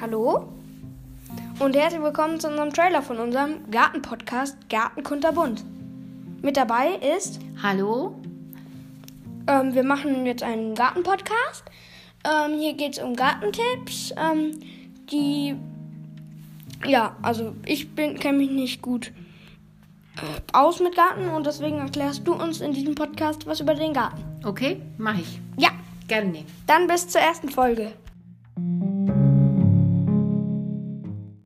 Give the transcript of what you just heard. Hallo und herzlich willkommen zu unserem Trailer von unserem Garten-Podcast Garten Kunterbunt. Mit dabei ist, Hallo? ähm, wir machen jetzt einen Garten-Podcast. Ähm, hier geht es um Gartentipps, ähm, die, ja, also ich bin kenne mich nicht gut äh, aus mit Garten und deswegen erklärst du uns in diesem Podcast was über den Garten. Okay, mache ich. Ja, Gerne. dann bis zur ersten Folge.